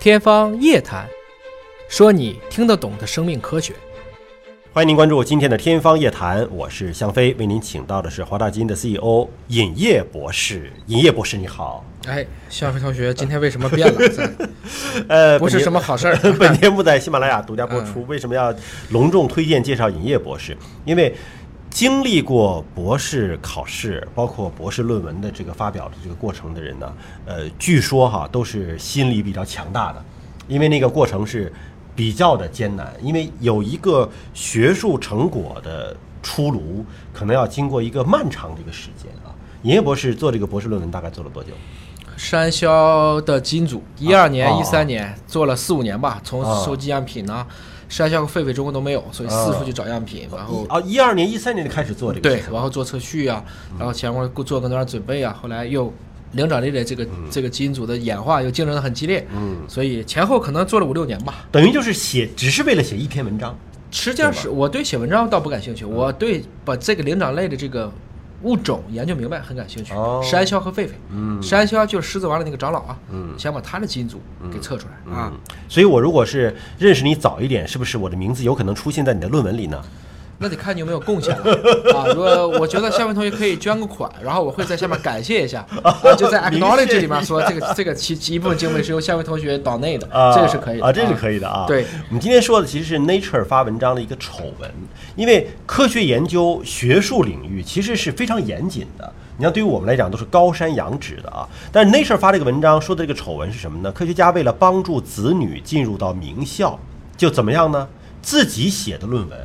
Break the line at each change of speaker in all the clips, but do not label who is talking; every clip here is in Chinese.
天方夜谭，说你听得懂的生命科学。
欢迎您关注今天的《天方夜谭》，我是向飞，为您请到的是华大基因的 CEO 尹烨博士。尹烨博士，你好。
哎，肖飞同学，今天为什么变 了？
呃，
不是什么好事儿。
本节目在喜马拉雅独家播
嗯
出。为什么要隆重推荐介绍尹烨博士？因为经历过博士考试，包括博士论文的这个发表的这个过程的人呢，呃，据说哈都是心理比较强大的，因为那个过程是比较的艰难，因为有一个学术成果的出炉，可能要经过一个漫长的一个时间啊。尹烨博士做这个博士论文大概做了多久？
山魈的基因组，一二年、
啊
一
啊
三年做了四五年吧，从
啊
收集样品呢，山魈和狒狒中国都没有，所以四处去找样品，然后
啊，一二年、一三年就开始做这个事
啊嗯对
情，
然后做测序啊，然后前面做更多的准备啊，后来又灵长类的这个这个基因组的演化又竞争的很激烈，嗯，所以前后可能做了五六年吧。
等于就是写，只是为了写一篇文章。
实际上是我对写文章倒不感兴趣，我对把这个灵长类的这个物种研究明白很感兴趣。
哦
山魈和狒狒，嗯，山魈就是狮子王里那个长老啊，嗯，想把他的基因组
嗯
给测出来、啊。
所以我如果是认识你早一点，是不是我的名字有可能出现在你的论文里呢？
那得看你有没有贡献了啊！如果我觉得下面同学可以捐个款，然后我会在下面感谢一 下，啊、就在 acknowledge 里面说这个这个其其一部分经费是由下面同学岛内的，
啊，
这个是可以的
啊，这是可以的啊。
对，
我们今天说的其实是 Nature 发文章的一个丑闻，因为科学研究学术领域其实是非常严谨的。你像对于我们来讲都是高山仰止的啊，但是 Nature 发这个文章说的这个丑闻是什么呢？科学家为了帮助子女进入到名校，就怎么样呢？自己写的论文，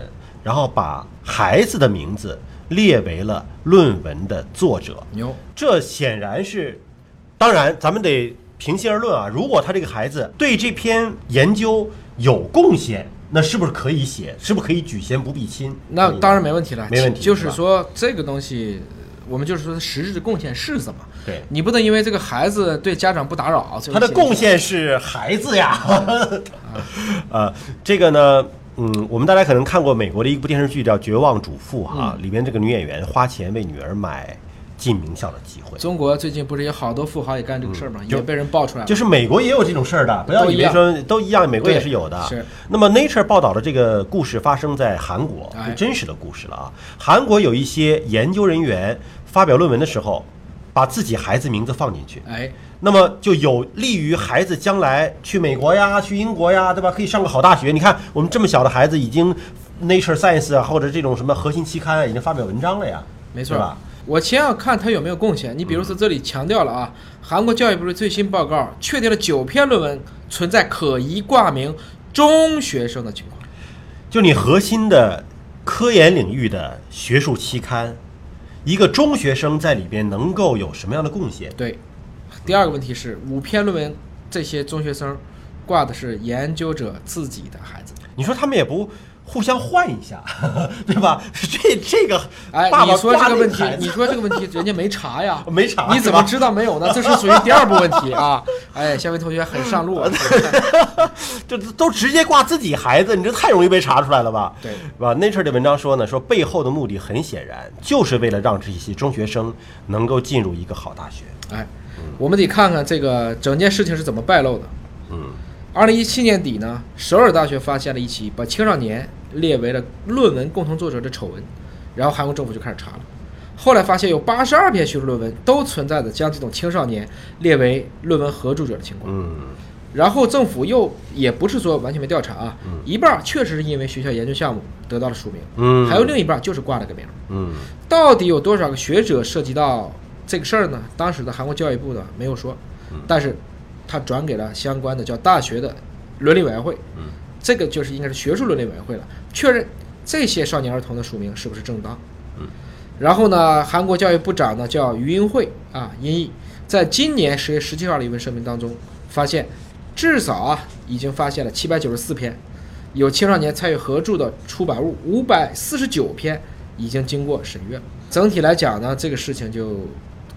然后把孩子的名字列为了论文的作者。
牛。
这显然是，当然咱们得平心而论啊。如果他这个孩子对这篇研究有贡献，那是不是可以写？是不是可以举贤不避亲？
那当然没问题了，
没问题
就是是
吧
说这个东西，呃我们就是说它实质的贡献是什么？
对
你不能因为这个孩子对家长不打扰，所以
他的
写嗯
贡献是孩子呀。
啊
呃，这个呢，嗯，我们大家可能看过美国的一部电视剧叫《绝望主妇》哈，
嗯
里面这个女演员花钱为女儿买进名校的机会。
中国最近不是有好多富豪也干这个事儿吗？
就
也被人爆出来了。
就是美国也有这种事儿的，不要以为说都一样，美国也是有的。
对是
那么 Nature 报道的这个故事发生在韩国，
哎
是真实的故事了啊。韩国有一些研究人员发表论文的时候，把自己孩子名字放进去，
哎，
那么就有利于孩子将来去美国呀、去英国呀，对吧？可以上个好大学。你看，我们这么小的孩子已经 Nature Science 啊，或者这种什么核心期刊啊，已经发表文章了呀，
没错
对吧？
我先要看他有没有贡献。你比如说这里强调了
嗯
啊，韩国教育部的最新报告确定了九篇论文存在可疑挂名中学生的情况。
就你核心的科研领域的学术期刊，一个中学生在里边能够有什么样的贡献？
对，第二个问题是五篇论文这些中学生挂的是研究者自己的孩子。
你说他们也不互相换一下， 对吧？这这个
哎，
爸爸
你说
挂
这个
那
问
个
题
孩，
你
子，，
说这个问题，人家没查呀
没查
你怎么
是吧
知道没有呢？这是属于第二步问题 啊。哎，夏威同学很上路啊。
这都直接挂自己孩子，你这太容易被查出来了吧？
对
是吧？Nature 的文章说呢，说背后的目的很显然，就是为了让这些中学生能够进入一个好大学。
哎，我们得看看这个整件事情是怎么败露的。
嗯，
二零一七年底呢，首尔大学发现了一起把青少年列为了论文共同作者的丑闻，然后韩国政府就开始查了。后来发现有八十二篇学术论文都存在着将这种青少年列为论文合著者的情况。
嗯，
然后政府又也不是说完全没调查啊，一半儿确实是因为学校研究项目得到了署名，
嗯
还有另一半儿就是挂了个名儿。
嗯，
到底有多少个学者涉及到这个事儿呢？当时的韩国教育部呢没有说，但是他转给了相关的叫大学的伦理委员会，
嗯
这个就是应该是学术伦理委员会了，确认这些少年儿童的署名是不是正当。然后呢，韩国教育部长呢叫于英惠啊，英译，在今年十月十七号的一份声明当中，发现至少啊已经发现了七百九十四篇有青少年参与合著的出版物，五百四十九篇已经经过审阅。整体来讲呢，这个事情就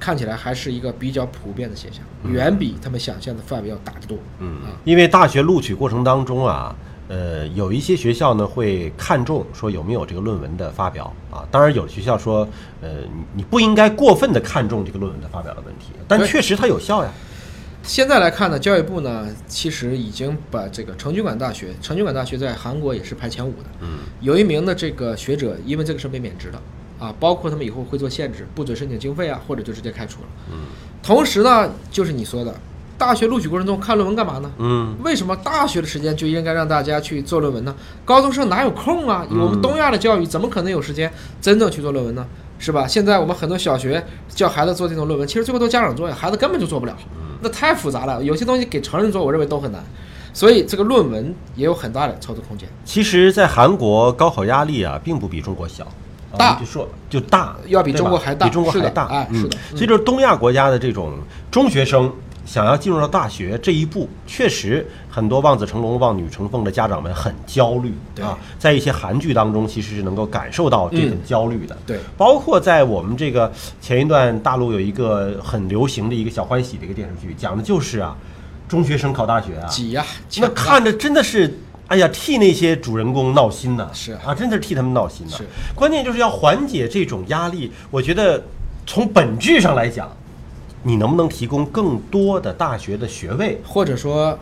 看起来还是一个比较普遍的现象，远比他们想象的范围要大得多。嗯啊，
因为大学录取过程当中啊，呃，有一些学校呢会看重说有没有这个论文的发表啊。当然，有的学校说，呃，你你不应该过分的看重这个论文的发表的问题，但
对
确实它有效呀。
现在来看呢，教育部呢其实已经把这个成均馆大学，成均馆大学在韩国也是排前五的，
嗯
有一名的这个学者因为这个事被免职了啊，包括他们以后会做限制，不准申请经费啊，或者就直接开除了。
嗯
同时呢，就是你说的，大学录取过程中看论文干嘛呢？
嗯
为什么大学的时间就应该让大家去做论文呢？高中生哪有空啊？我们东亚的教育怎么可能有时间真正去做论文呢？是吧？现在我们很多小学叫孩子做这种论文，其实最后都家长做呀，孩子根本就做不了，那太复杂了。有些东西给成人做，我认为都很难，所以这个论文也有很大的操作空间。
其实，在韩国高考压力啊，并不比中国小，啊
大
我们就说就大，
要比
对
中国
吧
还大
比中国
是
还
的
大，
哎
嗯
是的
所以，就是东亚国家的这种中学生想要进入到大学这一步，确实很多望子成龙、望女成凤的家长们很焦虑
对
啊。在一些韩剧当中，其实是能够感受到这种
嗯
焦虑的。
对，
包括在我们这个前一段大陆有一个很流行的一个小欢喜的一个电视剧，讲的就是啊，中学生考大学啊，
挤呀、抢
那
啊
看着真的是，哎呀，替那些主人公闹心呐、
是
啊，真的是替他们闹心呐、
是
关键就是要缓解这种压力。我觉得从本质上来讲，你能不能提供更多的大学的学位？
或者说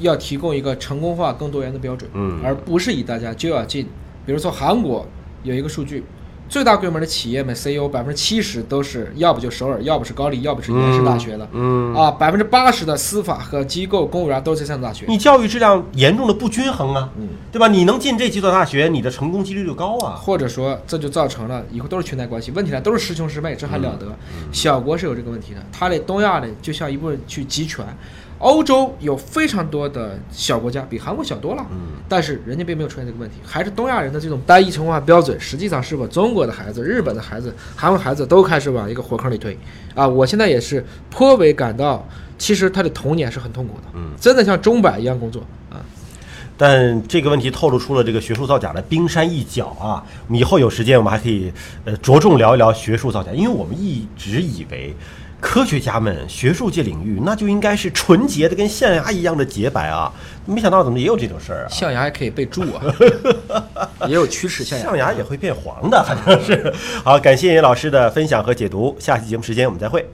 要提供一个成功化更多元的标准，
嗯
而不是以大家就要进。比如说韩国有一个数据，最大规模的企业们 CEO 百分之七十都是要不就首尔，要不是高丽，要不是延世大学的，
嗯，
啊，百分之八十的司法和机构公务员都是这三所大学。
你教育质量严重的不均衡啊，
嗯
对吧？你能进这几所大学，你的成功几率就高啊。
或者说，这就造成了以后都是裙带关系，问题呢都是师兄师妹，这还了得？小国是有这个问题的，它的东亚呢就像一部分去集权，欧洲有非常多的小国家，比韩国小多了，但是人家并没有出现这个问题，还是东亚人的这种单一啊成功化标准，实际上是把中国的孩子、日本的孩子、韩国孩子都开始往一个火坑里推啊！我现在也是颇为感到，其实他的童年是很痛苦的，
嗯
真的像钟摆一样工作啊，
但这个问题透露出了这个学术造假的冰山一角啊！我们以后有时间，我们还可以呃着重聊一聊学术造假，因为我们一直以为科学家们、学术界领域那就应该是纯洁的，跟象牙一样的洁白啊！没想到怎么也有这种事儿啊！
象牙也可以被蛀啊，也有龋齿象牙。
象 牙也会变黄的，反正是。好，感谢叶老师的分享和解读，下期节目时间我们再会。